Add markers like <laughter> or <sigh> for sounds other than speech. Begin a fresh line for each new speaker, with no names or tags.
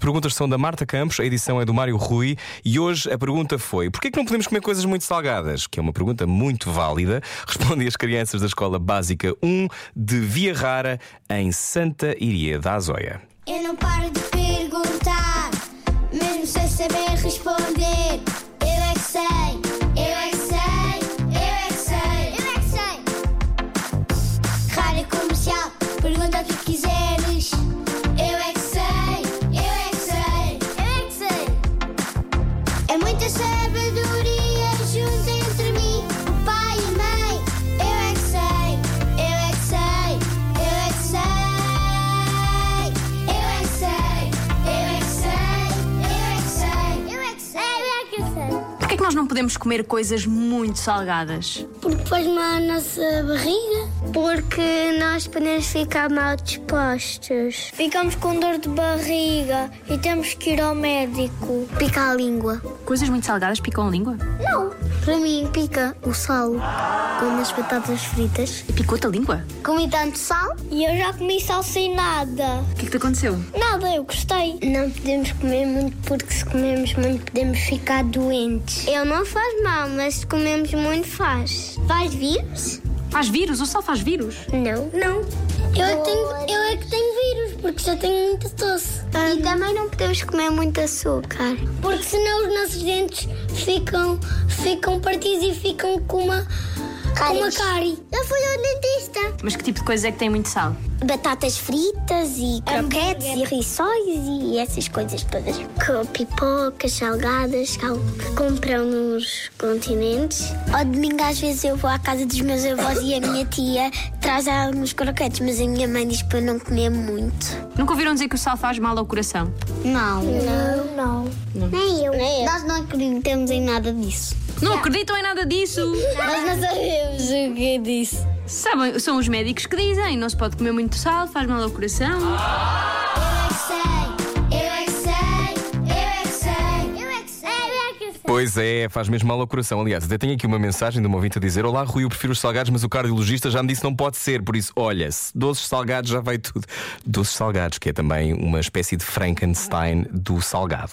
perguntas são da Marta Campos, a edição é do Mário Rui e hoje a pergunta foi: porquê que não podemos comer coisas muito salgadas? Que é uma pergunta muito válida. <laughs> Respondem as crianças da Escola Básica 1 de Via Rara, em Santa Iria da Azóia.
Eu não paro de perguntar, mesmo sem saber responder. Eu é que sei, eu é que sei, eu é que sei, eu é que sei. Rádio comercial, pergunta o que quiseres. Eu é que sei, eu é que sei, eu é que sei. É muita sabedoria junto entre mim, o pai e a mãe. Eu é que sei, eu é que sei, eu é que sei. Eu é que sei, eu é que sei, eu é que sei. Eu é que sei, eu é que sei.
Porquê é que nós não podemos comer coisas muito salgadas?
Porque faz mal à nossa barriga? Porque nós podemos ficar mal dispostos. Ficamos com dor de barriga e temos que ir ao médico. Pica a língua.
Coisas muito salgadas picam a língua?
Não. Para mim, pica o sal. Como as batatas fritas.
E picou-te a língua?
Comi tanto sal? E eu já comi sal sem nada.
O que é que te aconteceu?
Nada, eu gostei. Não podemos comer muito porque se comermos muito podemos ficar doentes. Eu não faz mal, mas se comermos muito faz. Faz vírus?
Faz vírus? O sal faz vírus?
Não. Não. Eu, tenho, eu é que tenho vírus, porque já tenho muita tosse. E também não podemos comer muito açúcar. Ah. Porque senão os nossos dentes ficam, ficam partidos e ficam com uma, com uma cárie. Eu fui ao dentista.
Mas que tipo de coisas é que tem muito sal?
batatas fritas e croquetes e rissóis e essas coisas todas. Com pipocas salgadas cal- que compram nos continentes. Ao domingo às vezes eu vou à casa dos meus avós e a minha tia traz alguns croquetes, mas a minha mãe diz para eu não comer muito.
Nunca ouviram dizer que o sal faz mal ao coração?
Não. Não, não. Nem eu. Nós não acreditamos em nada disso.
Não acreditam em nada disso!
Nós não sabemos o que é disso.
Sabem, são os médicos que dizem: não se pode comer muito sal, faz mal ao coração.
é
Pois é, faz mesmo mal ao coração. Aliás, até tenho aqui uma mensagem de uma ouvinte a dizer: Olá, Rui, eu prefiro os salgados, mas o cardiologista já me disse que não pode ser. Por isso, olha, se doces salgados já vai tudo. Doces salgados, que é também uma espécie de Frankenstein do salgado.